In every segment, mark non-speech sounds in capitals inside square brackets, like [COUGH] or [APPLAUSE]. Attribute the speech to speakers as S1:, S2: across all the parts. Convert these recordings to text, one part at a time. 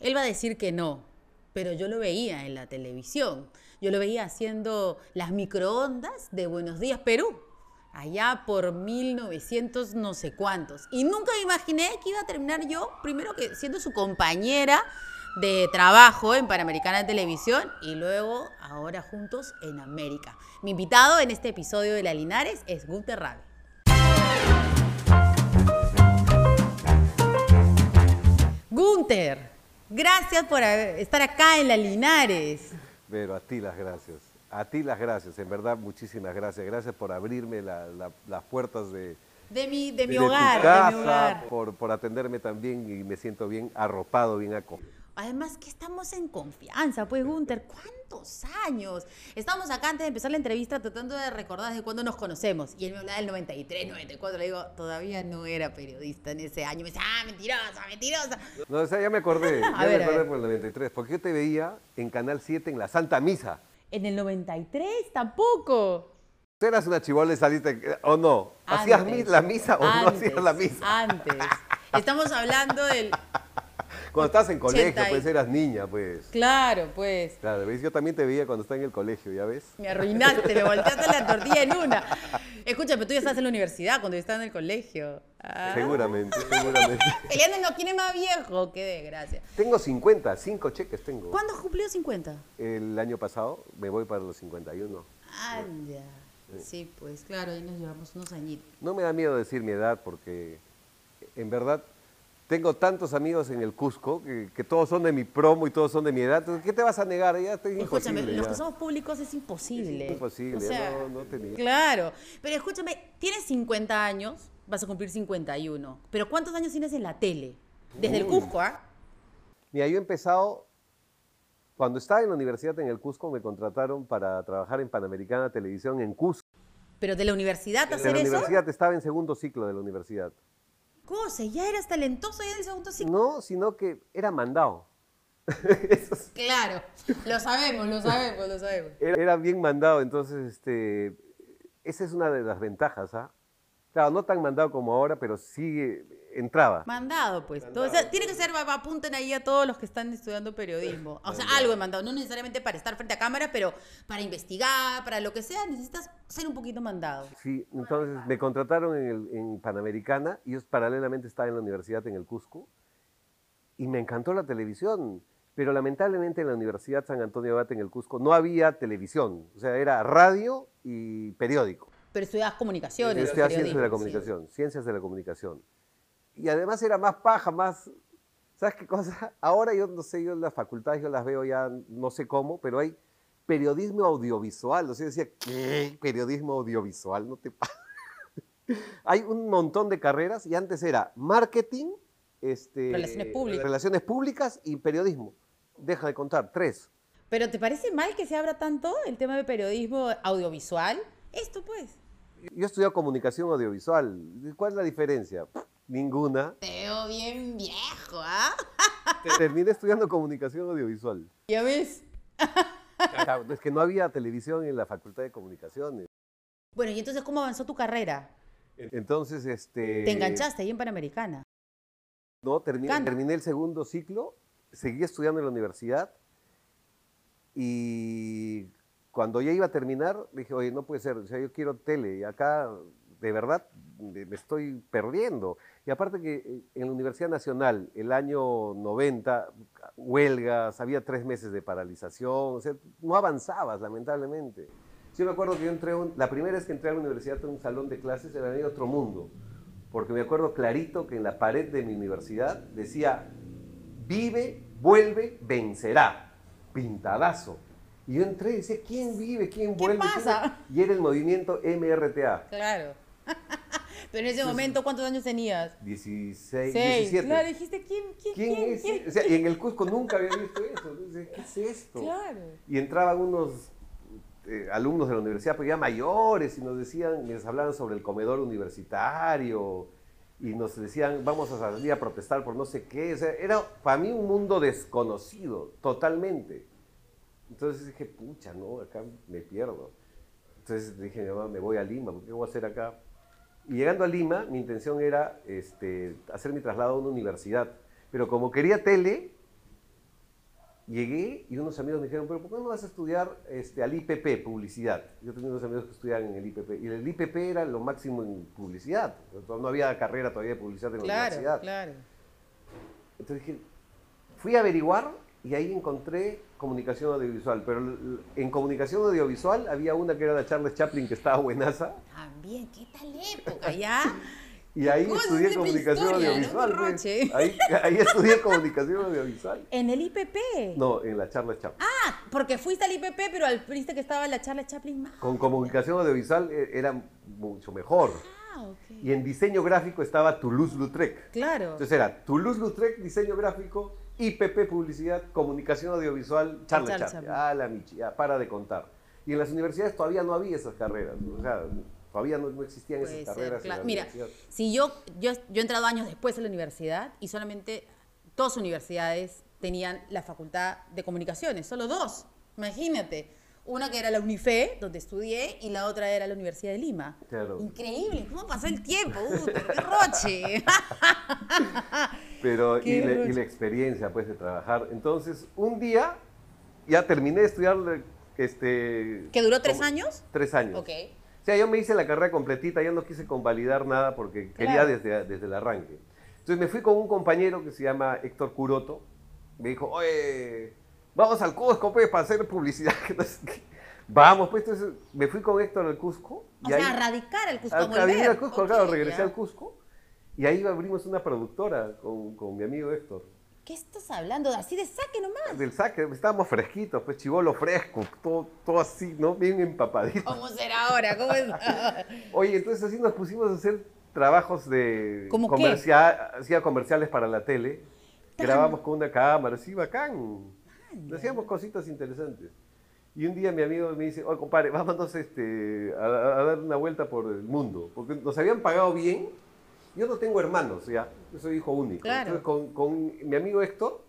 S1: Él va a decir que no, pero yo lo veía en la televisión. Yo lo veía haciendo las microondas de Buenos Días Perú, allá por 1900 no sé cuántos. Y nunca me imaginé que iba a terminar yo, primero que siendo su compañera de trabajo en Panamericana de Televisión y luego ahora juntos en América. Mi invitado en este episodio de La Linares es Gunter Rabe. Gunter, gracias por haber- estar acá en La Linares.
S2: Pero a ti las gracias. A ti las gracias, en verdad muchísimas gracias. Gracias por abrirme la- la- las puertas de,
S1: De mi, de mi
S2: de
S1: hogar,
S2: tu casa,
S1: de mi hogar.
S2: Por, por atenderme también y me siento bien arropado, bien acogido.
S1: Además que estamos en confianza, pues Gunter, ¿cuántos años? Estábamos acá antes de empezar la entrevista tratando de recordar desde cuándo nos conocemos. Y él me hablaba del 93, 94. Le digo, todavía no era periodista en ese año. Me dice, ah, mentirosa, mentirosa.
S2: No, o sea, ya me acordé, ya
S1: ver, [LAUGHS] a
S2: me acordé
S1: ver.
S2: por el 93, porque yo te veía en Canal 7 en la Santa Misa.
S1: En el 93 tampoco.
S2: Tú eras una chivola y saliste, eh, o no, ¿hacías mi-
S1: Antes.
S2: la misa o no
S1: Antes,
S2: hacías la misa?
S1: Antes. Estamos hablando del...
S2: Cuando estabas en colegio,
S1: 80 y-
S2: pues eras niña, pues.
S1: Claro, pues.
S2: Claro, ¿ves? yo también te veía cuando estaba en el colegio, ¿ya ves?
S1: Me arruinaste, me volteaste la tortilla en una. Escúchame, tú ya estabas en la universidad cuando yo estaba en el colegio. Ah.
S2: Seguramente, seguramente.
S1: Peleándonos quién es más viejo, qué desgracia.
S2: Tengo 50, 5 cheques tengo.
S1: ¿Cuándo has cumplido 50?
S2: El año pasado me voy para los 51.
S1: Anda. Ah, Sí, pues claro, ahí nos llevamos unos añitos.
S2: No me da miedo decir mi edad porque en verdad tengo tantos amigos en el Cusco que, que todos son de mi promo y todos son de mi edad. Entonces, ¿Qué te vas a negar? Ya estoy
S1: Escúchame,
S2: imposible.
S1: los
S2: ya.
S1: que somos públicos es imposible.
S2: Es imposible, no, no te niegues.
S1: Claro, pero escúchame, tienes 50 años, vas a cumplir 51, pero ¿cuántos años tienes en la tele? Desde el
S2: Uy.
S1: Cusco, ¿ah?
S2: Mira, yo he empezado, cuando estaba en la universidad en el Cusco me contrataron para trabajar en Panamericana Televisión en Cusco.
S1: Pero de la universidad a
S2: En
S1: hacer
S2: la
S1: eso.
S2: universidad estaba en segundo ciclo de la universidad.
S1: Cosa, ya eras talentoso ya en el segundo ciclo.
S2: No, sino que era mandado.
S1: Claro, lo sabemos, lo sabemos, lo sabemos.
S2: Era, era bien mandado, entonces, este, esa es una de las ventajas, ¿ah? Claro, no tan mandado como ahora, pero sí eh, entraba.
S1: Mandado, pues. Todo- o sea, tiene que ser, va- apunten ahí a todos los que están estudiando periodismo. O sea, algo de mandado. No necesariamente para estar frente a cámara, pero para investigar, para lo que sea, necesitas ser un poquito mandado.
S2: Sí, entonces me contrataron en, el- en Panamericana y yo paralelamente estaba en la universidad en el Cusco y me encantó la televisión, pero lamentablemente en la Universidad San Antonio Abad en el Cusco no había televisión, o sea, era radio y periódico.
S1: Pero estudiabas comunicaciones.
S2: Yo estudiaba Este, ciencias
S1: periodismo,
S2: de la
S1: sí.
S2: comunicación, ciencias de la comunicación. Y además era más paja, más... ¿Sabes qué cosa? [LAUGHS] Ahora yo no sé, yo en las facultades yo las veo ya no sé cómo, pero hay periodismo audiovisual. O sea, yo decía, ¿qué? Periodismo audiovisual, no te pasa. [LAUGHS] hay un montón de carreras y antes era marketing, este,
S1: Relaciones públicas.
S2: relaciones públicas y periodismo. Deja de contar, tres.
S1: Pero ¿te parece mal que se abra tanto el tema de periodismo audiovisual? Esto, pues.
S2: Yo estudiaba comunicación audiovisual. ¿Cuál es la diferencia? Ninguna.
S1: Te veo bien viejo, ¿ah?
S2: Terminé estudiando comunicación audiovisual.
S1: Ya ves.
S2: Es que no había televisión en la Facultad de Comunicaciones.
S1: Bueno, y entonces, ¿cómo avanzó tu carrera?
S2: Entonces, este...
S1: Te enganchaste ahí en Panamericana.
S2: No, terminé,
S1: Canta.
S2: terminé el segundo ciclo, seguí estudiando en la universidad y cuando ya iba a terminar, dije, oye, no puede ser, o sea, yo quiero tele y acá de verdad me me estoy perdiendo. Y aparte que eh, en la Universidad Nacional, el año 90, huelgas, había tres meses de paralización, o sea, no avanzabas, lamentablemente. Yo me acuerdo que yo entré, a un- la primera vez que entré a la universidad, a un salón de clases, era de otro mundo. Porque me acuerdo clarito que en la pared de mi universidad decía, vive, vuelve, vencerá. Pintadazo. Y yo entré y decía, ¿quién vive? ¿Quién vuelve? ¿Quién-?"
S1: pasa?
S2: Y era el movimiento MRTA.
S1: Claro. [LAUGHS] Pero en ese momento, ¿cuántos años tenías?
S2: 16,
S1: Seis.
S2: 17.
S1: Claro, dijiste, ¿quién, quién,
S2: Eh, ¿Quién
S1: quién,
S2: es?
S1: quién?
S2: O sea, y en el Cusco nunca había visto eso. Entonces, ¿Qué es esto?
S1: Claro.
S2: Y entraban unos eh, alumnos de la universidad, pero ya mayores, y nos decían, les hablaban sobre el comedor universitario, y nos decían, vamos a salir a protestar por no sé qué. O sea, era para mí un mundo desconocido, totalmente. Entonces dije, pucha, no, acá me pierdo. Entonces dije, mamá, me voy a Lima, ¿qué voy a hacer acá? Y llegando a Lima, mi intención era este, hacer mi traslado a una universidad. Pero como quería tele, Llegué y unos amigos me dijeron, pero ¿por qué no vas a estudiar este, al IPP, publicidad? Yo tenía unos amigos que estudiaban en el IPP y el IPP era lo máximo en publicidad. No había carrera todavía de publicidad en la
S1: Claro,
S2: universidad.
S1: claro.
S2: Entonces dije, fui a averiguar y ahí encontré comunicación audiovisual. Pero l- l- en comunicación audiovisual había una que era la Charles Chaplin que estaba buenaza.
S1: También, ¿qué tal
S2: [LAUGHS]
S1: época ya?
S2: Y ahí
S1: Cosa
S2: estudié
S1: de
S2: comunicación
S1: prehistoria, ¿no?
S2: audiovisual. pues.
S1: Roche.
S2: Ahí, ahí estudié comunicación audiovisual.
S1: En el IPP.
S2: No, en la Charles Chaplin.
S1: Ah, porque fuiste al IPP, pero al viste que estaba la charla Chaplin más.
S2: Con comunicación audiovisual eh, era mucho mejor.
S1: Ah, ok.
S2: Y en diseño gráfico estaba Toulouse-Lautrec.
S1: Claro.
S2: Entonces era Toulouse-Lautrec, diseño gráfico, IPP, publicidad, comunicación audiovisual, charla
S1: Charles
S2: Chaplin.
S1: Chaplin.
S2: Ah, la michi, ya, para de contar. Y en las universidades todavía no había esas carreras. O sea, todavía no, no existían
S1: Puede
S2: esas
S1: ser,
S2: carreras. en
S1: claro.
S2: la
S1: Mira,
S2: universidad.
S1: si yo, yo, yo he entrado años después a la universidad y solamente dos universidades tenían la facultad de comunicaciones, solo dos, imagínate. Una que era la UNIFE, donde estudié, y la otra era la Universidad de Lima.
S2: Claro.
S1: Increíble, ¿cómo pasó el tiempo? Uh, pero ¡Qué
S2: [LAUGHS]
S1: roche!
S2: Pero,
S1: Qué
S2: y, la- y
S1: rollo.
S2: la experiencia, pues, de trabajar. Entonces, un día ya terminé de estudiar. Este,
S1: ¿Que duró tres
S2: como-
S1: años?
S2: Tres años.
S1: Ok.
S2: O sea, yo me hice la carrera completita, ya no quise convalidar nada porque quería
S1: Claro.
S2: desde, desde el arranque. Entonces me fui con un compañero que se llama Héctor Curoto. Me dijo, oye, vamos al Cusco, pues, para hacer publicidad. [LAUGHS] que no sé qué. Vamos, pues, entonces me fui con Héctor al Cusco.
S1: O
S2: y
S1: sea,
S2: ahí-
S1: radicar al Cusco,
S2: al- a
S1: volver.
S2: vivir al Cusco,
S1: Ok,
S2: claro, regresé
S1: ya.
S2: al Cusco y ahí abrimos una productora con, con mi amigo Héctor.
S1: ¿Qué estás hablando? Así de saque nomás.
S2: Del saque, estábamos fresquitos, pues chivolo fresco, todo, todo así, ¿no? Bien empapadito.
S1: ¿Cómo será ahora? ¿Cómo
S2: [LAUGHS]
S1: es? [LAUGHS]
S2: Oye, entonces así nos pusimos a hacer trabajos de
S1: ¿Cómo qué?
S2: comercia- hacía comerciales para la tele.
S1: Tan.
S2: Grabamos con una cámara, sí, bacán. Hacíamos cositas interesantes. Y un día mi amigo me dice, oye, compadre, vámonos este, a, a dar una vuelta por el mundo. Porque nos habían pagado bien. Yo no tengo hermanos, ya. Yo soy hijo único.
S1: Claro.
S2: Entonces, con, con mi amigo Héctor,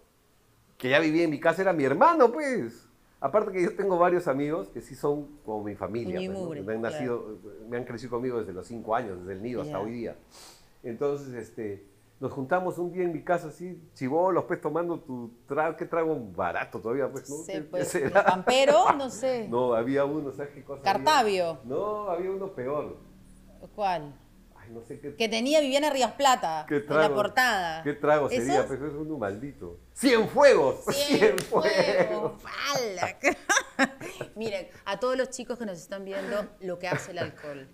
S2: que ya vivía en mi casa, era mi hermano, pues. Aparte que yo tengo varios amigos que sí son como mi familia.
S1: Mi
S2: pues, ¿no?
S1: mugre,
S2: Que me han
S1: claro.
S2: nacido, me han crecido conmigo desde los cinco años, desde el nido hasta
S1: Ya.
S2: hoy día. Entonces, este, nos juntamos un día en mi casa así, chivolos, pues tomando tu trago, que trago barato todavía, pues, ¿no?
S1: No
S2: ¿Qué-
S1: sé,
S2: qué
S1: pues,
S2: será?
S1: ¿no? Pampero,
S2: [LAUGHS]
S1: no sé.
S2: No, había uno, ¿sabes qué cosa? había?
S1: Cartavio.
S2: No, había uno peor.
S1: ¿Cuál?
S2: Ay, no sé qué,
S1: Que tenía Viviana Rías Plata
S2: qué
S1: en
S2: trago.
S1: la portada.
S2: ¿Qué trago
S1: ¿Esos?
S2: sería? Pues es uno maldito. ¡Cienfuegos! [LAUGHS]
S1: Cienfuegos, ¡Pala! [LAUGHS] Miren, a todos los chicos que nos están viendo, lo que hace el alcohol.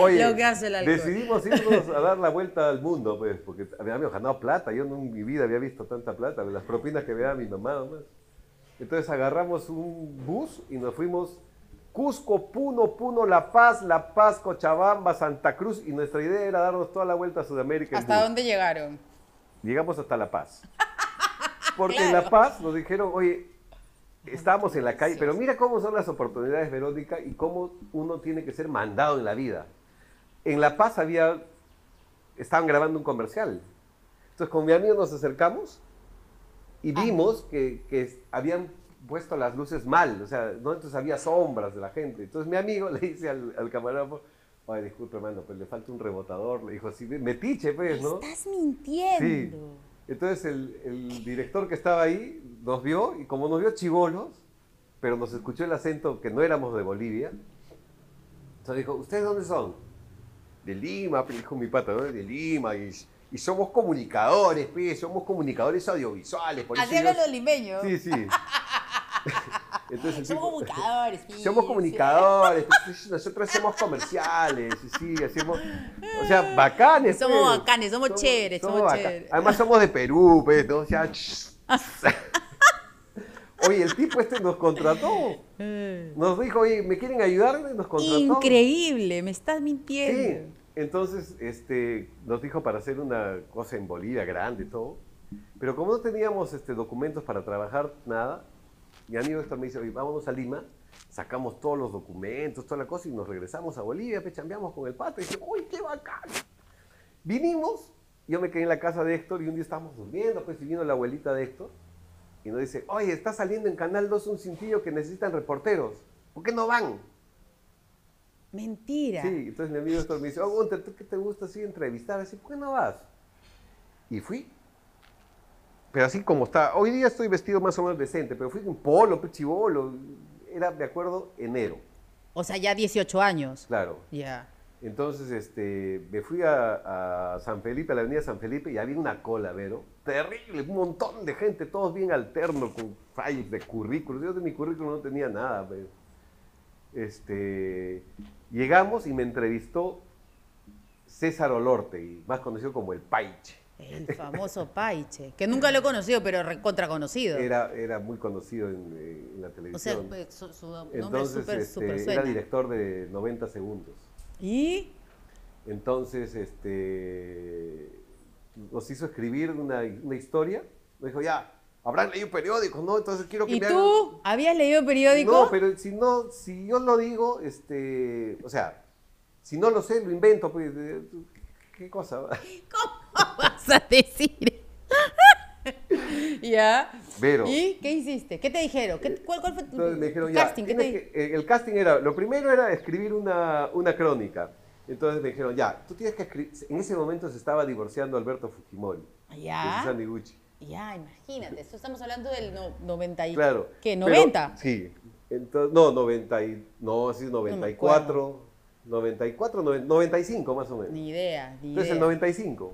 S2: Oye,
S1: Lo que hace el alcohol.
S2: decidimos irnos a dar la vuelta al mundo, pues, porque habíamos ganado plata. Yo no en mi vida había visto tanta plata, las propinas que me daba mi mamá nomás. Entonces agarramos un bus y nos fuimos Cusco, Puno, Puno, La Paz, La Paz, Cochabamba, Santa Cruz. Y nuestra idea era darnos toda la vuelta a Sudamérica. en
S1: ¿Hasta
S2: bus.
S1: dónde llegaron?
S2: Llegamos hasta La Paz. Porque en
S1: Claro.
S2: La Paz nos dijeron, oye, estábamos en la calle, pero mira cómo son las oportunidades, Verónica, y cómo uno tiene que ser mandado en la vida. En La Paz había, estaban grabando un comercial. Entonces con mi amigo nos acercamos y vimos que, que es- habían puesto las luces mal, o sea, ¿no? entonces había sombras de la gente. Entonces mi amigo le dice al, al camarógrafo, oye, disculpe hermano, pues le falta un rebotador, le dijo así, metiche pues, ¿no?
S1: Estás
S2: Sí.
S1: mintiendo.
S2: Entonces el, el director que estaba ahí nos vio y como nos vio chivolos, pero nos escuchó el acento que no éramos de Bolivia, entonces dijo, ¿ustedes dónde son? De Lima, pues, dijo mi pata, ¿no? de Lima, y, y somos comunicadores, pues, somos comunicadores audiovisuales. Por
S1: Así
S2: eso
S1: hablan
S2: yo-
S1: los limeños. [LAUGHS]
S2: Sí, sí. Entonces el
S1: Somos
S2: tipo-
S1: comunicadores. sí,
S2: [LAUGHS] somos
S1: sí.
S2: comunicadores, pues, nosotros hacemos comerciales, y sí, hacemos, o sea, bacanes.
S1: Somos
S2: pues.
S1: bacanes, somos chéveres, somos
S2: bacanes.
S1: chéveres.
S2: Además somos de Perú, pues, ¿no? O sea,
S1: [LAUGHS]
S2: ch- Oye, el tipo este nos contrató,
S1: Mm.
S2: nos dijo, oye, ¿me quieren ayudar? Y Nos contrató.
S1: Increíble, me estás
S2: Sí,
S1: mintiendo.
S2: entonces este, nos dijo para hacer una cosa en Bolivia grande y todo, pero como no teníamos este, documentos para trabajar nada, mi amigo Héctor me dice, oye, vámonos a Lima, sacamos todos los documentos, toda la cosa y nos regresamos a Bolivia, pechambeamos con el pato y dije, uy, qué bacán. Vinimos, yo me quedé en la casa de Héctor y un día estábamos durmiendo, pues y vino la abuelita de Héctor y nos dice, oye, está saliendo en Canal 2 un cintillo que necesitan reporteros, ¿por qué no van?
S1: Mentira.
S2: Sí, entonces mi amigo Héctor me dice, oh, Gunter, ¿tú qué te gusta así entrevistar? Así, ¿por qué no vas? Y fui. Pero así como está. Hoy día estoy vestido más o menos decente, pero fui con polo, pechibolo. Era, me acuerdo, enero,
S1: O sea, ya 18 años.
S2: claro.
S1: Ya.
S2: Entonces, este, me fui a, a San Felipe, a la avenida San Felipe, y había una cola, Vero. Terrible, un montón de gente, todos bien alternos, con flyers de currículos. Yo de mi currículum no tenía nada, pero. Este, llegamos y me entrevistó César Olorte, más conocido como el Paiche.
S1: El famoso Paiche, que nunca lo he conocido, pero recontra conocido.
S2: Era, era muy conocido en, eh, en la
S1: o sea,
S2: televisión.
S1: pues, su, su nombre
S2: Entonces,
S1: súper,
S2: este,
S1: súper
S2: era
S1: suena.
S2: director de 90 segundos.
S1: ¿Y?
S2: Entonces, este, nos hizo escribir una, una historia. Nos dijo, ya, habrán leído periódicos, ¿no? Entonces quiero que
S1: ¿Y
S2: me
S1: tú? ¿Habías leído
S2: hagan-".
S1: periódico?
S2: No, pero si no, si yo lo digo, este, o sea, si no lo sé, lo invento, pues, eh, ¿qué
S1: [LAUGHS]
S2: cosa?
S1: ¿Cómo [LAUGHS] vas a decir? [LAUGHS] ya.
S2: Vero.
S1: ¿Y qué hiciste? ¿Qué te dijeron? ¿Qué- cuál, cuál fue tu,
S2: Entonces me dijeron,
S1: tu
S2: ya,
S1: casting? ¿Qué te
S2: tienes
S1: di-
S2: que- eh, el casting era, lo primero era escribir una, una crónica. Entonces me dijeron, ya, tú tienes que escribir, en ese momento se estaba divorciando Alberto Fujimori, de
S1: Ah, Ya.
S2: Susana Iguchi.
S1: Ya, imagínate. Esto estamos hablando del no- 90 y...
S2: Claro.
S1: ¿Qué?
S2: pero-
S1: ¿90?
S2: sí. Entonces, no, 90 y, no, sí,
S1: me
S2: 94,
S1: acuerdo.
S2: 94, noven- 95 más o menos.
S1: Ni idea, ni
S2: Entonces
S1: idea.
S2: el 95.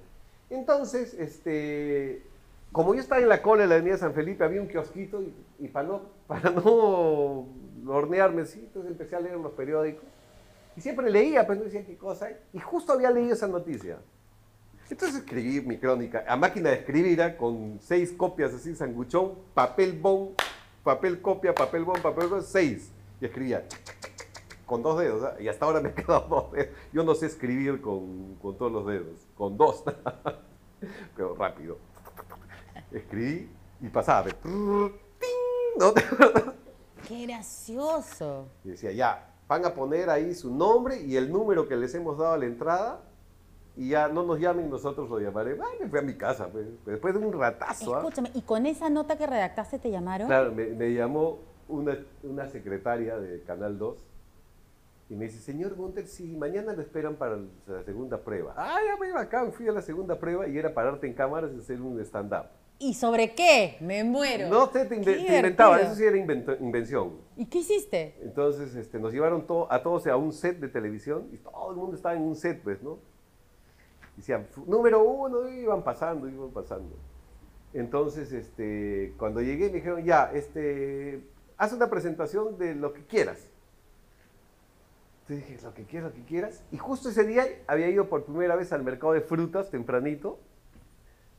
S2: Entonces, este, como yo estaba en la cola de la avenida San Felipe, había un kiosquito y, y para, no, [LAUGHS] para no hornearme, sí, entonces empecé a leer los periódicos. Y siempre leía, pero no decía qué cosa. Y justo había leído esa noticia. Entonces escribí mi crónica a máquina de escribir, ah, con seis copias así, sanguchón, papel bon, papel copia, papel bon, papel bon, seis. Y escribía chac, chac, chac, chac, con dos dedos. ah, Y hasta ahora me quedan [LAUGHS] dos dedos. Yo no sé escribir con, con todos los dedos, con dos. [LAUGHS] Pero rápido. Escribí y pasaba. pe, prrr, ting, ¿no?
S1: ¡Qué gracioso!
S2: Y decía, ya, van a poner ahí su nombre y el número que les hemos dado a la entrada y ya no nos llamen, nosotros lo llamaremos. Ay, me fui a mi casa, pues, después de un ratazo. ¿ah?
S1: Escúchame, ¿y con esa nota que redactaste te llamaron?
S2: Claro, me, me llamó una, una secretaria de Canal 2 y me dice, señor Gunter, si mañana lo esperan para la segunda prueba. Ah, ya me iba acá, fui a la segunda prueba y era pararte en cámaras y hacer un stand-up.
S1: ¿Y sobre qué? Me muero.
S2: No sé, te,
S1: Qué
S2: inve- te
S1: divertido.
S2: inventaba, eso sí era invento- invención.
S1: ¿Y qué hiciste?
S2: Entonces este, nos llevaron to- a todos a un set de televisión y todo el mundo estaba en un set, pues, ¿no? Decían, "Fu- número uno, y iban pasando, iban pasando. Entonces, este, cuando llegué me dijeron, ya, este, haz una presentación de lo que quieras. Entonces dije, lo que quieras, lo que quieras. Y justo ese día había ido por primera vez al mercado de frutas tempranito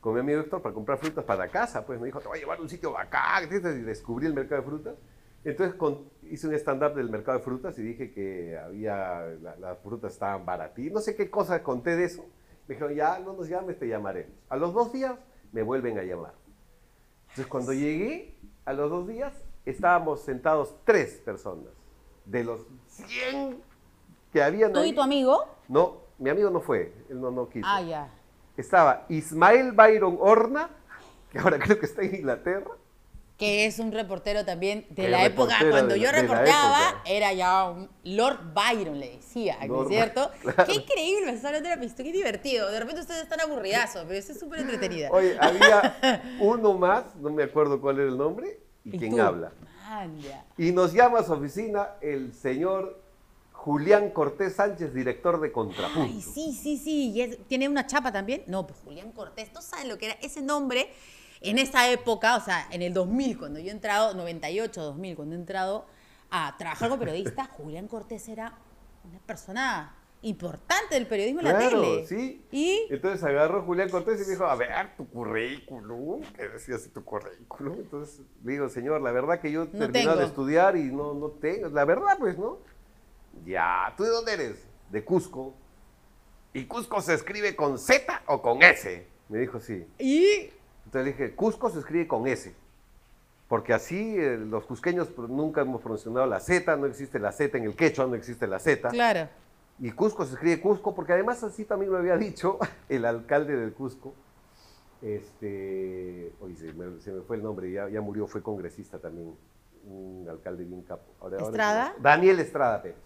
S2: con mi amigo Héctor para comprar frutas para la casa. Pues me dijo, te voy a llevar a un sitio bacán. Y descubrí el mercado de frutas. Entonces con- hice un stand-up del mercado de frutas y dije que había, la- las frutas estaban baratísimas. No sé qué cosa conté de eso. Me dijeron, ya no nos llames, te llamaremos. A los dos días me vuelven a llamar. Entonces cuando llegué, a los dos días, estábamos sentados tres personas. De los 100 que habían
S1: ¿Tú
S2: ahí.
S1: y tu amigo?
S2: No, mi amigo no fue, él no, no quiso.
S1: Ah, ya.
S2: Estaba Ismael Byron Horna, que ahora [LAUGHS] creo que está en Inglaterra.
S1: Que es un reportero también de
S2: Que
S1: la
S2: es
S1: época,
S2: reportero
S1: cuando
S2: de la-
S1: yo
S2: de la
S1: reportaba,
S2: época.
S1: era ya un- Lord Byron, le decía, ¿no
S2: Lord
S1: es cierto?
S2: Byron, claro.
S1: Qué increíble, me está hablando de la pistola, qué divertido. De repente ustedes están aburridazos, pero eso es súper entretenida.
S2: Oye, había
S1: [LAUGHS]
S2: uno más, no me acuerdo cuál era el nombre, y,
S1: ¿Y
S2: quién
S1: tú?
S2: habla.
S1: Man, ya.
S2: Y nos llama a su oficina el señor Julián Cortés Sánchez, director de Contrapunto.
S1: Ay, sí, sí, sí. y es- ¿Tiene una chapa también? No, pues Julián Cortés, ¿no saben lo que era ese nombre? En esa época, o sea, en el 2000, cuando yo he entrado, 98, 2000, cuando he entrado a trabajar como
S2: [LAUGHS]
S1: periodista, Julián Cortés era una persona importante del periodismo en la
S2: Claro,
S1: tele.
S2: sí.
S1: Y
S2: Entonces agarró Julián Cortés y me dijo, a ver, tu currículum, que decía así tu currículum. Entonces le digo, señor, la verdad que yo he terminado de
S1: tengo.
S2: estudiar y no, no tengo, la verdad pues, ¿no? Ya, ¿tú de dónde eres? De Cusco. ¿Y Cusco se escribe con Z o con S? Me dijo, sí.
S1: Y
S2: Entonces le dije, Cusco se escribe con S. Porque así eh, los cusqueños pro- nunca hemos pronunciado la Z, no existe la Z en el quechua, no existe la Z.
S1: claro.
S2: Y Cusco se escribe Cusco, porque además así también lo había dicho [LAUGHS] el alcalde del Cusco. Este, oye, se me, se me fue el nombre, ya, ya murió, fue congresista también, un alcalde bien capo. Ahora- ahora-
S1: ¿Estrada?
S2: Daniel Estrada Pérez.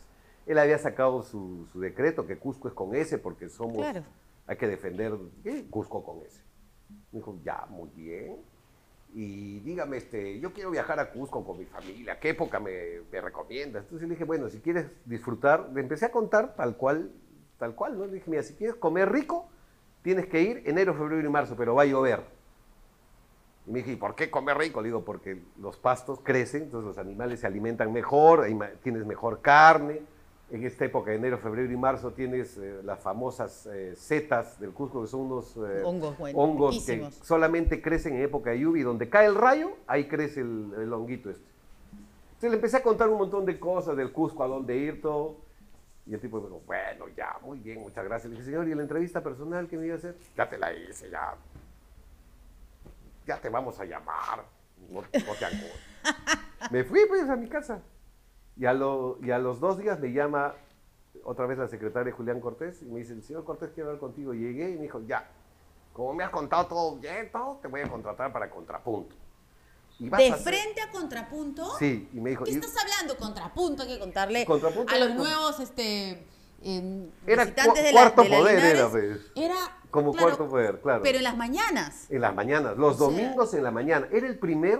S2: Él había sacado su, su decreto que Cusco es con S porque somos,
S1: Claro.
S2: hay que defender ¿qué? Cusco con S. Me dijo, ya, muy bien. y dígame, este, yo quiero viajar a Cusco con mi familia, ¿qué época me, me recomiendas? Entonces le dije, bueno, si quieres disfrutar, le empecé a contar tal cual, tal cual, ¿no? Le dije, mira, si quieres comer rico, tienes que ir enero, febrero y marzo, pero va a llover. Y me dije, ¿y por qué comer rico? Le digo, porque los pastos crecen, entonces los animales se alimentan mejor, hay ma- tienes mejor carne. En esta época de enero, febrero y marzo tienes eh, las famosas eh, setas del Cusco, que son unos eh,
S1: Hongos, bueno,
S2: hongos que
S1: riquísimos.
S2: solamente crecen en época de lluvia y donde cae el rayo, ahí crece el, el honguito este. Entonces le empecé a contar un montón de cosas del Cusco, a dónde ir, todo. Y el tipo me dijo, bueno, ya, muy bien, muchas gracias. Le dije, señor, ¿y la entrevista personal que me iba a hacer? Ya te la hice, ya. Ya te vamos a llamar. No, no te angusties". [LAUGHS] Me fui pues a mi casa. Y a, lo- y a los dos días me llama otra vez la secretaria Julián Cortés y me dice, señor Cortés, quiero hablar contigo. Llegué y me dijo, ya, como me has contado todo bien, todo, te voy a contratar para Contrapunto. Y vas
S1: De
S2: a ser-
S1: frente a contrapunto.
S2: Sí, y me dijo,
S1: ¿Qué
S2: y-
S1: estás hablando? Contrapunto, hay que contarle
S2: Contrapunto
S1: a los
S2: era-
S1: nuevos este, em,
S2: Era
S1: visitantes
S2: cua-
S1: de la-
S2: cuarto
S1: de la
S2: poder era, pues.
S1: Linares. Era,
S2: Como
S1: claro,
S2: cuarto poder, claro.
S1: Pero en las mañanas.
S2: En las mañanas, los
S1: O sea-
S2: domingos en la mañana. Era el primer,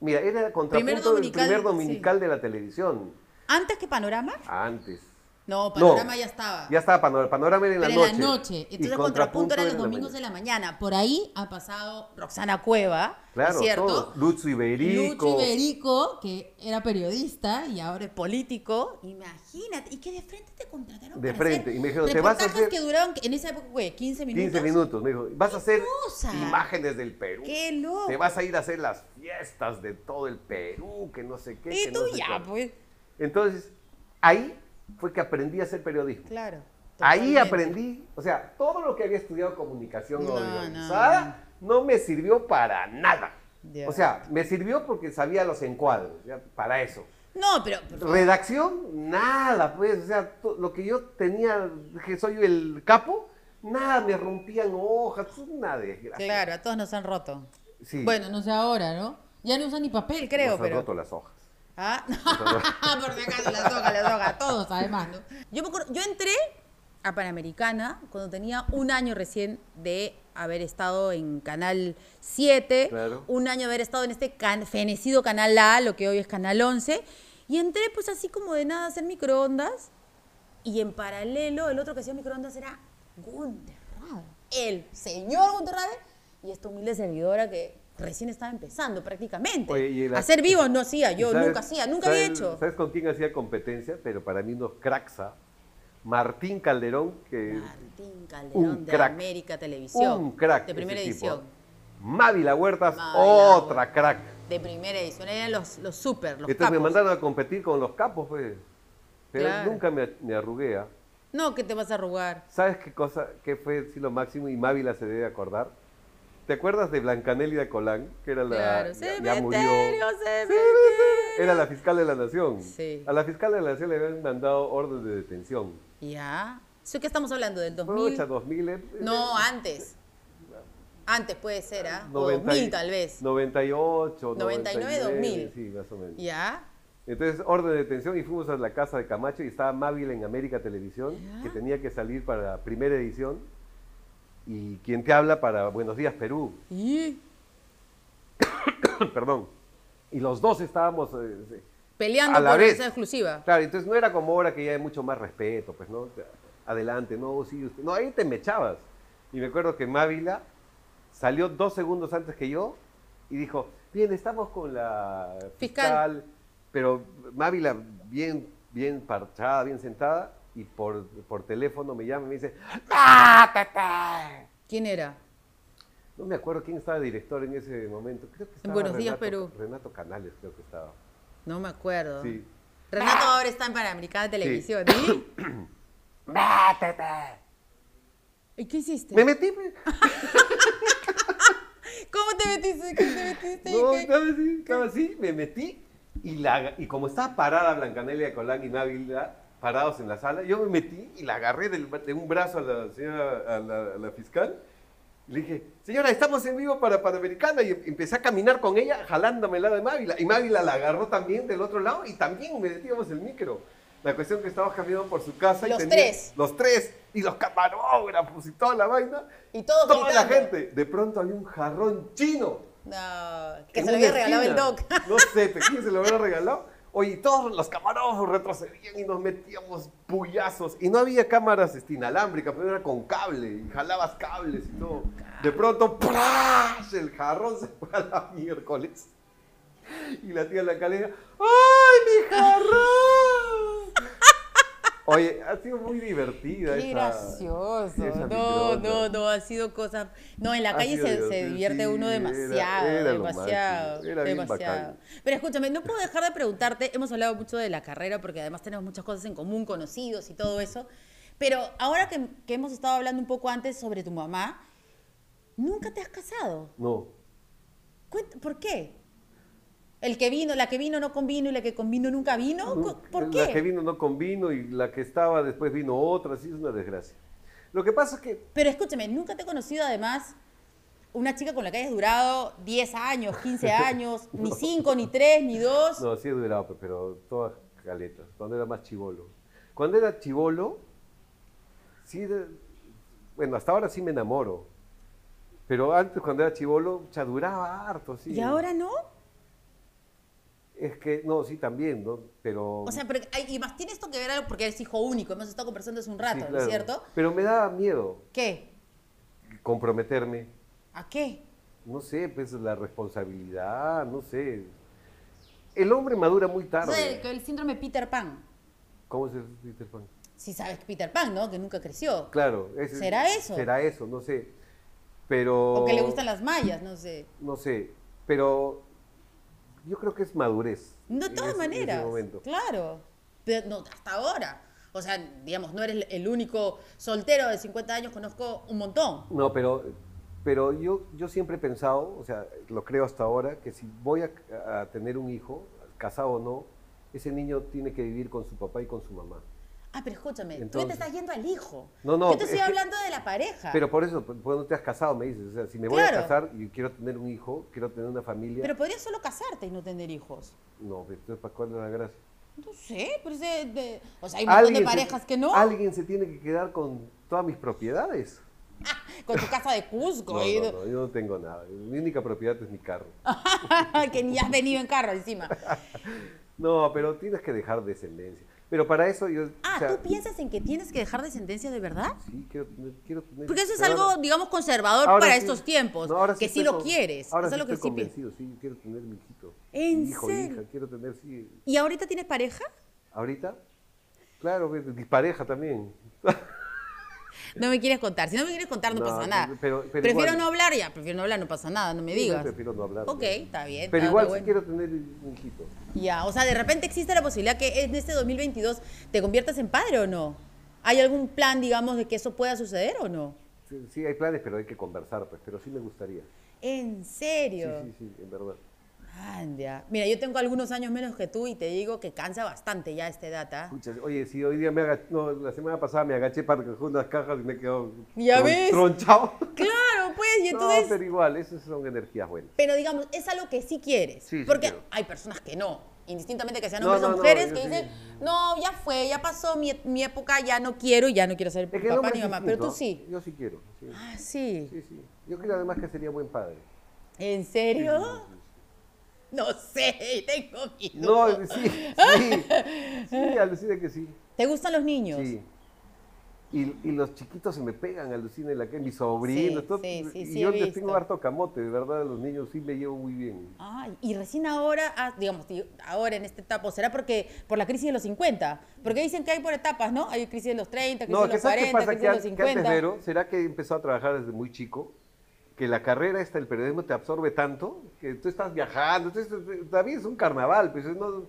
S2: mira, era el contrapunto del
S1: dominical,
S2: primer
S1: sí.
S2: dominical de la televisión,
S1: ¿Antes que Panorama?
S2: antes.
S1: No,
S2: No,
S1: Panorama ya estaba.
S2: Ya estaba Panorama, Panorama era en
S1: pero
S2: la noche.
S1: en la noche.
S2: y
S1: Entonces, contrapunto era los
S2: en la
S1: domingos de
S2: mañana.
S1: la mañana. Por ahí ha pasado Roxana Cueva, ¿no es
S2: Claro,
S1: ¿cierto?
S2: todos. Lutz Iberico.
S1: Lucho Iberico, que era periodista y ahora es político, imagínate, y que de frente te contrataron
S2: De
S1: para
S2: frente,
S1: hacer
S2: y me dijeron, "Te vas a
S1: reportajes
S2: hacer-
S1: que duraron, en esa época, güey, 15 minutos.
S2: 15 minutos, me dijo. Vas a hacer
S1: cosa?
S2: imágenes del Perú.
S1: ¡Qué loco!
S2: Te vas a ir a hacer las fiestas de todo el Perú, que no sé qué.
S1: y
S2: que
S1: tú
S2: no sé
S1: ya,
S2: cuánto".
S1: pues,
S2: Entonces, ahí fue que aprendí a hacer periodismo.
S1: claro.
S2: Ahí
S1: totalmente.
S2: aprendí, o sea, todo lo que había estudiado comunicación
S1: No,
S2: audiovisual no, me sirvió para nada.
S1: Ya.
S2: O sea, me sirvió porque sabía los encuadros, ya, para eso.
S1: No, pero, pero-
S2: Redacción, nada, pues, o sea, to- lo que yo tenía, que soy el capo, nada, me rompían hojas, una desgracia.
S1: claro, a todos nos han roto.
S2: Sí,
S1: Bueno, no sé ahora, ¿no? Ya no usan ni papel, creo,
S2: nos han
S1: pero...
S2: roto las hojas.
S1: Ah, [LAUGHS] por si acaso, la soga, la soga, todos además, ¿no? Yo, me acuerdo- yo entré a Panamericana cuando tenía un año recién de haber estado en Canal 7,
S2: Claro.
S1: un año de haber estado en este can- fenecido Canal A, lo que hoy es Canal 11, y entré pues así como de nada a hacer microondas, y en paralelo el otro que hacía microondas era Gunter Rabe, el señor Gunter Rabe, y esta humilde servidora que recién estaba empezando prácticamente.
S2: Oye, y la-
S1: Hacer vivos no hacía, yo
S2: ¿Sabes-
S1: nunca hacía, nunca había
S2: sabes-
S1: hecho.
S2: ¿Sabes con quién hacía competencia? Pero para mí unos craxa. Martín Calderón, que
S1: Martín Calderón
S2: un
S1: de
S2: crack.
S1: América Televisión.
S2: Un crack.
S1: De primera
S2: ese tipo,
S1: edición.
S2: ¿eh? Mavi La Huertas,
S1: Mavi La
S2: otra crack.
S1: De primera edición. Eran los, los super, los
S2: Entonces
S1: capos.
S2: me mandaron a competir con los capos, pues. Pero
S1: Claro.
S2: nunca me, me arrugué. ¿ah?
S1: No, que te vas a arrugar.
S2: ¿Sabes qué cosa, qué fue sí, lo máximo? Y Mavi la se debe acordar. ¿Te acuerdas de Blancanelia Colán? Que era la.
S1: claro.
S2: ya-
S1: Se
S2: ya murió.
S1: cementerio.
S2: Era la fiscal de la nación.
S1: Sí.
S2: A la fiscal de la nación le habían mandado orden de detención.
S1: Ya. ¿Eso qué estamos hablando? ¿Del 2000?
S2: Pucha, 2000. eh,
S1: no, antes. Antes puede ser, ¿ah? O
S2: 90
S1: 2000
S2: y-
S1: tal vez.
S2: 98,
S1: 99,
S2: 99,
S1: 2000.
S2: Sí, más o menos.
S1: Ya.
S2: Entonces, orden de detención y fuimos a la casa de Camacho y estaba Mávila en América Televisión,
S1: Ya.
S2: que tenía que salir para la primera edición. Y quien te habla para Buenos Días Perú,
S1: Y
S2: perdón. Y los dos estábamos... eh, sí.
S1: peleando
S2: A la
S1: por
S2: vez.
S1: esa exclusiva.
S2: Claro, entonces no era como ahora que ya hay mucho más respeto, pues, ¿no? Adelante, no, sí, usted... No, ahí te mechabas. Y me acuerdo que Mávila salió dos segundos antes que yo y dijo, bien, estamos con la
S1: Fiscal.
S2: fiscal, pero Mávila bien, bien parchada, bien sentada, y por, por teléfono me llama y me dice, ¡Mátate!
S1: ¿Quién era?
S2: No me acuerdo quién estaba de director en ese momento. Creo que estaba
S1: Buenos Días,
S2: Renato-
S1: Perú.
S2: Renato Canales creo que estaba.
S1: No me acuerdo.
S2: Sí.
S1: Renato ahora está en Panamericana Televisión. ¿Y?
S2: ¡Mátate! [COUGHS]
S1: ¿Y qué hiciste?
S2: Me metí, pues.
S1: Ah, ¿Cómo te metiste? ¿Qué te metiste?
S2: No,
S1: ¿Qué?
S2: estaba así, estaba así, me metí y, la, y como estaba parada Blancanelia Colán y Návila parados en la sala, yo me metí y la agarré del- de un brazo a la señora, a la, a la fiscal. y Le dije, señora, estamos en vivo para Panamericana. Y em- empecé a caminar con ella, jalándome la de Mávila. Y Mávila la agarró también del otro lado y también metíamos el micro. La cuestión que estábamos caminando por su casa. y
S1: Los tres.
S2: Los tres. Y los camarógrafos y toda la vaina.
S1: Y todos
S2: Toda la
S1: gritando.
S2: gente. De pronto había un jarrón chino.
S1: No, que
S2: en
S1: se lo
S2: una
S1: había regalado el
S2: esquina.
S1: doc. [LAUGHS]
S2: No sé, pe, ¿quién se lo hubiera regalado? Oye, y todos los camarógrafos retrocedían y nos metíamos puyazos. Y no había cámaras este, inalámbricas, pero era con cable. Y jalabas cables y todo. De pronto, ¡prash! El jarrón se fue a la miércoles. Y la tía en la calera, ¡ay,
S1: [LAUGHS]
S2: mi jarrón! Oye, ha sido muy divertida
S1: Qué
S2: esa-
S1: gracioso.
S2: esa
S1: No, no,
S2: microonda.
S1: no, ha sido cosa. No, en la
S2: Ha
S1: calle
S2: sido
S1: se, se
S2: divertido,
S1: divierte
S2: sí,
S1: uno
S2: era-
S1: demasiado,
S2: era lo
S1: demasiado,
S2: máximo, era bien
S1: demasiado.
S2: bacán.
S1: Pero escúchame, no puedo dejar de preguntarte, hemos hablado mucho de la carrera porque además tenemos muchas cosas en común, conocidos y todo eso, pero ahora que, que hemos estado hablando un poco antes sobre tu mamá, nunca te has casado.
S2: No,
S1: Cuent- ¿Por qué? El que vino, la que vino no convino y la que convino nunca vino. Cu- ¿Por
S2: La que
S1: qué?
S2: vino no convino y la que estaba después vino otra, sí es una desgracia. Lo que pasa es que
S1: Pero escúchame, nunca te he conocido además una chica con la que hayas durado 10 años,
S2: [LAUGHS]
S1: 15 años, ni 5, ni 3, ni 2.
S2: no, sí he durado, pe- pero todas caletas, cuando era más chivolo. Cuando era chivolo, sí, de- bueno, hasta ahora sí me enamoro. Pero antes, cuando era chivolo, ya duraba harto, sí.
S1: ¿Y ahora no?
S2: Es que, no, sí, también, ¿no? Pero...
S1: O sea, pero, ay, y más tiene esto que ver algo porque eres hijo único, hemos estado conversando hace un
S2: sí,
S1: rato, ¿no es
S2: claro.
S1: cierto?
S2: Pero me daba miedo
S1: ¿Qué?
S2: comprometerme.
S1: ¿A qué?
S2: no sé, pues la responsabilidad, no sé. El hombre madura muy
S1: O sea,
S2: tarde.
S1: el, el síndrome Peter Pan.
S2: ¿Cómo es el Peter Pan?
S1: Si sabes que Peter Pan, ¿no? Que nunca creció.
S2: Claro. ese-
S1: ¿Será eso?
S2: Será eso, no sé. Pero...
S1: O que le gustan las mallas, no sé.
S2: No sé, pero yo creo que es madurez.
S1: No,
S2: en
S1: de todas
S2: ese- en ese
S1: maneras.
S2: momento.
S1: Claro. Pero no, hasta ahora. O sea, digamos, no eres el único soltero de 50 años, conozco un montón.
S2: No, pero, pero yo, yo siempre he pensado, o sea, lo creo hasta ahora, que si voy a, a tener un hijo, casado o no, ese niño tiene que vivir con su papá y con su mamá.
S1: Ah, pero escúchame, tú ya te
S2: Entonces.
S1: estás yendo al hijo.
S2: No, no,
S1: Yo te
S2: es
S1: estoy
S2: que-
S1: hablando de la pareja.
S2: Pero por eso, pues no te has casado, me dices. O sea, si me voy
S1: Ah. Claro.
S2: a casar y quiero tener un hijo, quiero tener una familia.
S1: Pero podrías solo casarte y no tener hijos.
S2: No, pues, entonces, ¿para cuál es la gracia?
S1: No sé, pero es de- de- O sea, hay un montón de
S2: se-
S1: parejas que no.
S2: Alguien se tiene que quedar con todas mis propiedades.
S1: Con tu casa de Cusco.
S2: [LAUGHS] No,
S1: y-
S2: no, no, yo no tengo nada. Mi única propiedad es mi carro.
S1: [LAUGHS] que ni has venido en carro
S2: [LAUGHS]
S1: encima.
S2: No, pero tienes que dejar descendencia. Pero para eso yo. o
S1: Ah,
S2: sea,
S1: ¿tú piensas en que tienes que dejar descendencia de verdad?
S2: Sí, quiero tener. quiero tener-
S1: Porque eso es
S2: pero
S1: algo,
S2: ahora-
S1: digamos, conservador
S2: ahora
S1: para
S2: sí-
S1: estos tiempos.
S2: no, ahora
S1: que sí
S2: estoy
S1: lo
S2: con-
S1: quieres.
S2: Ahora
S1: eso es
S2: sí
S1: lo que
S2: estoy
S1: sí piensas.
S2: convencido, sí, quiero tener mi hijito.
S1: ¿En
S2: hijo,
S1: serio?
S2: hija, quiero tener, sí.
S1: ¿Y ahorita tienes pareja?
S2: ¿Ahorita? Claro, pues, mi pareja también.
S1: No me quieres contar. Si no me quieres contar, no,
S2: No,
S1: pasa nada.
S2: pero- pero
S1: prefiero
S2: igual-
S1: no hablar ya, prefiero no hablar, no pasa nada, no me
S2: Sí,
S1: digas.
S2: yo prefiero no hablar.
S1: Ok,
S2: ¿no?
S1: está bien.
S2: Pero
S1: está
S2: igual
S1: bueno.
S2: sí quiero tener un hijito.
S1: Ya, o sea, de repente existe la posibilidad que en este 2022 te conviertas en padre o no. ¿Hay algún plan, digamos, de que eso pueda suceder o no?
S2: Sí, sí, hay planes, pero hay que conversar, pues. Pero sí me gustaría.
S1: ¿En
S2: Sí,
S1: serio?
S2: sí, sí, en verdad.
S1: Anda. Mira, yo tengo algunos años menos que tú y te digo que cansa bastante ya esta edad, ¿ah?
S2: Pucha, oye, si hoy día me agaché, no, la semana pasada me agaché para coger unas cajas y me quedo
S1: ¿Ya ves?
S2: tronchado.
S1: Claro, pues, y entonces...
S2: [LAUGHS] No, pero igual, esas son energías buenas.
S1: Pero digamos, es algo que sí quieres.
S2: Sí, sí
S1: porque
S2: quiero.
S1: hay personas que no, indistintamente que sean
S2: No,
S1: hombres o
S2: no, no,
S1: mujeres,
S2: yo
S1: que
S2: sí.
S1: dicen, no, ya fue, ya pasó mi, mi época, ya no quiero, ya no quiero ser
S2: Es que el
S1: papá
S2: hombre
S1: ni
S2: es
S1: mamá. Pero
S2: distinto,
S1: tú sí.
S2: ¿eh? Yo sí quiero. Sí.
S1: Ah, sí.
S2: sí, sí. Yo creo además que sería buen padre.
S1: ¿En serio? No sé, [LAUGHS] tengo miedo.
S2: No, sí,
S1: [LAUGHS]
S2: sí. Sí, alucina que sí.
S1: ¿Te gustan los niños?
S2: Sí. Y, y los chiquitos se me pegan, alucina en la que mis sobrinos,
S1: Sí,
S2: todo-
S1: sí, sí,
S2: y
S1: sí,
S2: yo
S1: he
S2: les
S1: visto.
S2: tengo harto camote, de verdad, a los niños sí me llevo muy bien.
S1: Ay, y recién ahora, ah, digamos, di- ahora en esta etapa, ¿será porque por la crisis de los 50? Porque dicen que hay por etapas, ¿no? Hay crisis de los 30, crisis
S2: No,
S1: de
S2: que
S1: los
S2: ¿sabes
S1: 40,
S2: qué pasa?
S1: crisis de
S2: Que, an-
S1: los
S2: que antes
S1: 50.
S2: Vero, ¿será que empezó a trabajar desde muy chico? Que la carrera esta, el periodismo te absorbe tanto, que tú estás viajando, entonces también es un carnaval, pues no...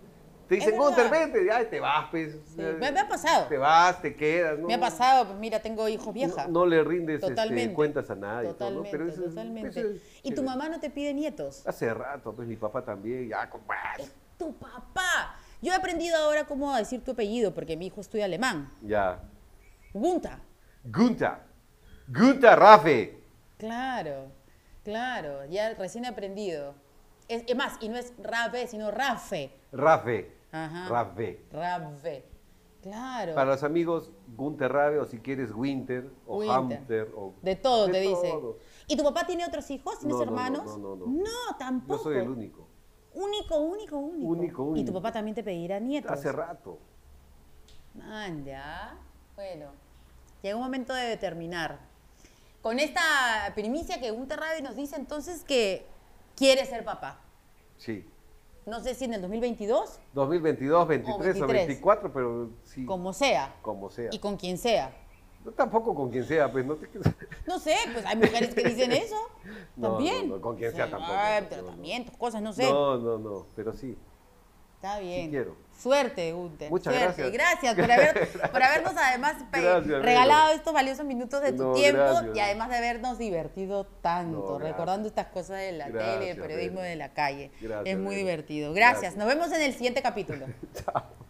S2: Te
S1: Es
S2: dicen, Gunter,
S1: verdad.
S2: vente, ay, te vas, pues. eh,
S1: me- me ha pasado.
S2: Te vas, te quedas, ¿no?
S1: Me ha pasado, pues mira, tengo hijos vieja.
S2: No, no le rindes este,
S1: Totalmente.
S2: cuentas a nadie. todo, ¿no?
S1: Totalmente,
S2: Pero eso es-
S1: totalmente.
S2: eso es
S1: y tu
S2: chévere.
S1: mamá no te pide nietos.
S2: Hace rato, pues mi papá también, ya, compadre.
S1: Tu papá. Yo he aprendido ahora cómo decir tu apellido porque mi hijo estudia alemán.
S2: Ya.
S1: Gunta.
S2: Gunta. Gunta Rafe.
S1: Claro, claro. Ya recién he aprendido. Es, es más, y no es Rafe, sino Rafe.
S2: Rafe.
S1: Ajá.
S2: Rafe.
S1: Rafe. Claro.
S2: Para los amigos, Gunter Rabe, o si quieres, Winter, o
S1: Winter.
S2: Hunter, o...
S1: De todo,
S2: de
S1: te dice.
S2: todo.
S1: ¿Y tu papá tiene otros hijos? ¿Tienes
S2: No, no, no,
S1: hermanos?
S2: no, no, no.
S1: tampoco.
S2: Yo soy el único.
S1: Único, único, único.
S2: Único,
S1: Y tu
S2: único.
S1: papá también te pedirá nietos.
S2: Hace rato.
S1: Anda. Bueno, llegó un momento de determinar. Con esta primicia que Gunter Rabe nos dice entonces que quiere ser papá.
S2: Sí.
S1: No sé si en el 2022,
S2: 2022, 23 o
S1: 23.
S2: 24, pero sí, como,
S1: Oh, como sea.
S2: sea.
S1: Y con quien sea.
S2: No, tampoco con quien sea, pues no te...
S1: No sé, pues hay mujeres que dicen eso.
S2: [LAUGHS] No,
S1: También.
S2: no, no, con quien
S1: Sí,
S2: sea tampoco,
S1: ay,
S2: no,
S1: pero
S2: no, no.
S1: también, tus cosas, no sé.
S2: No, no, no, pero sí.
S1: Está bien.
S2: quiero.
S1: Suerte, Gunter.
S2: Muchas
S1: suerte.
S2: gracias.
S1: por, haber- por habernos
S2: [LAUGHS]
S1: además pe-
S2: Gracias, amigo.
S1: regalado estos valiosos minutos de tu
S2: No,
S1: tiempo
S2: gracias.
S1: y además de habernos divertido tanto,
S2: No, gracias.
S1: recordando estas cosas de la
S2: Gracias,
S1: tele, del periodismo
S2: Belén.
S1: de la calle.
S2: Gracias,
S1: es muy
S2: Belén.
S1: divertido. Gracias.
S2: Gracias.
S1: Nos vemos en el siguiente capítulo.
S2: Chao.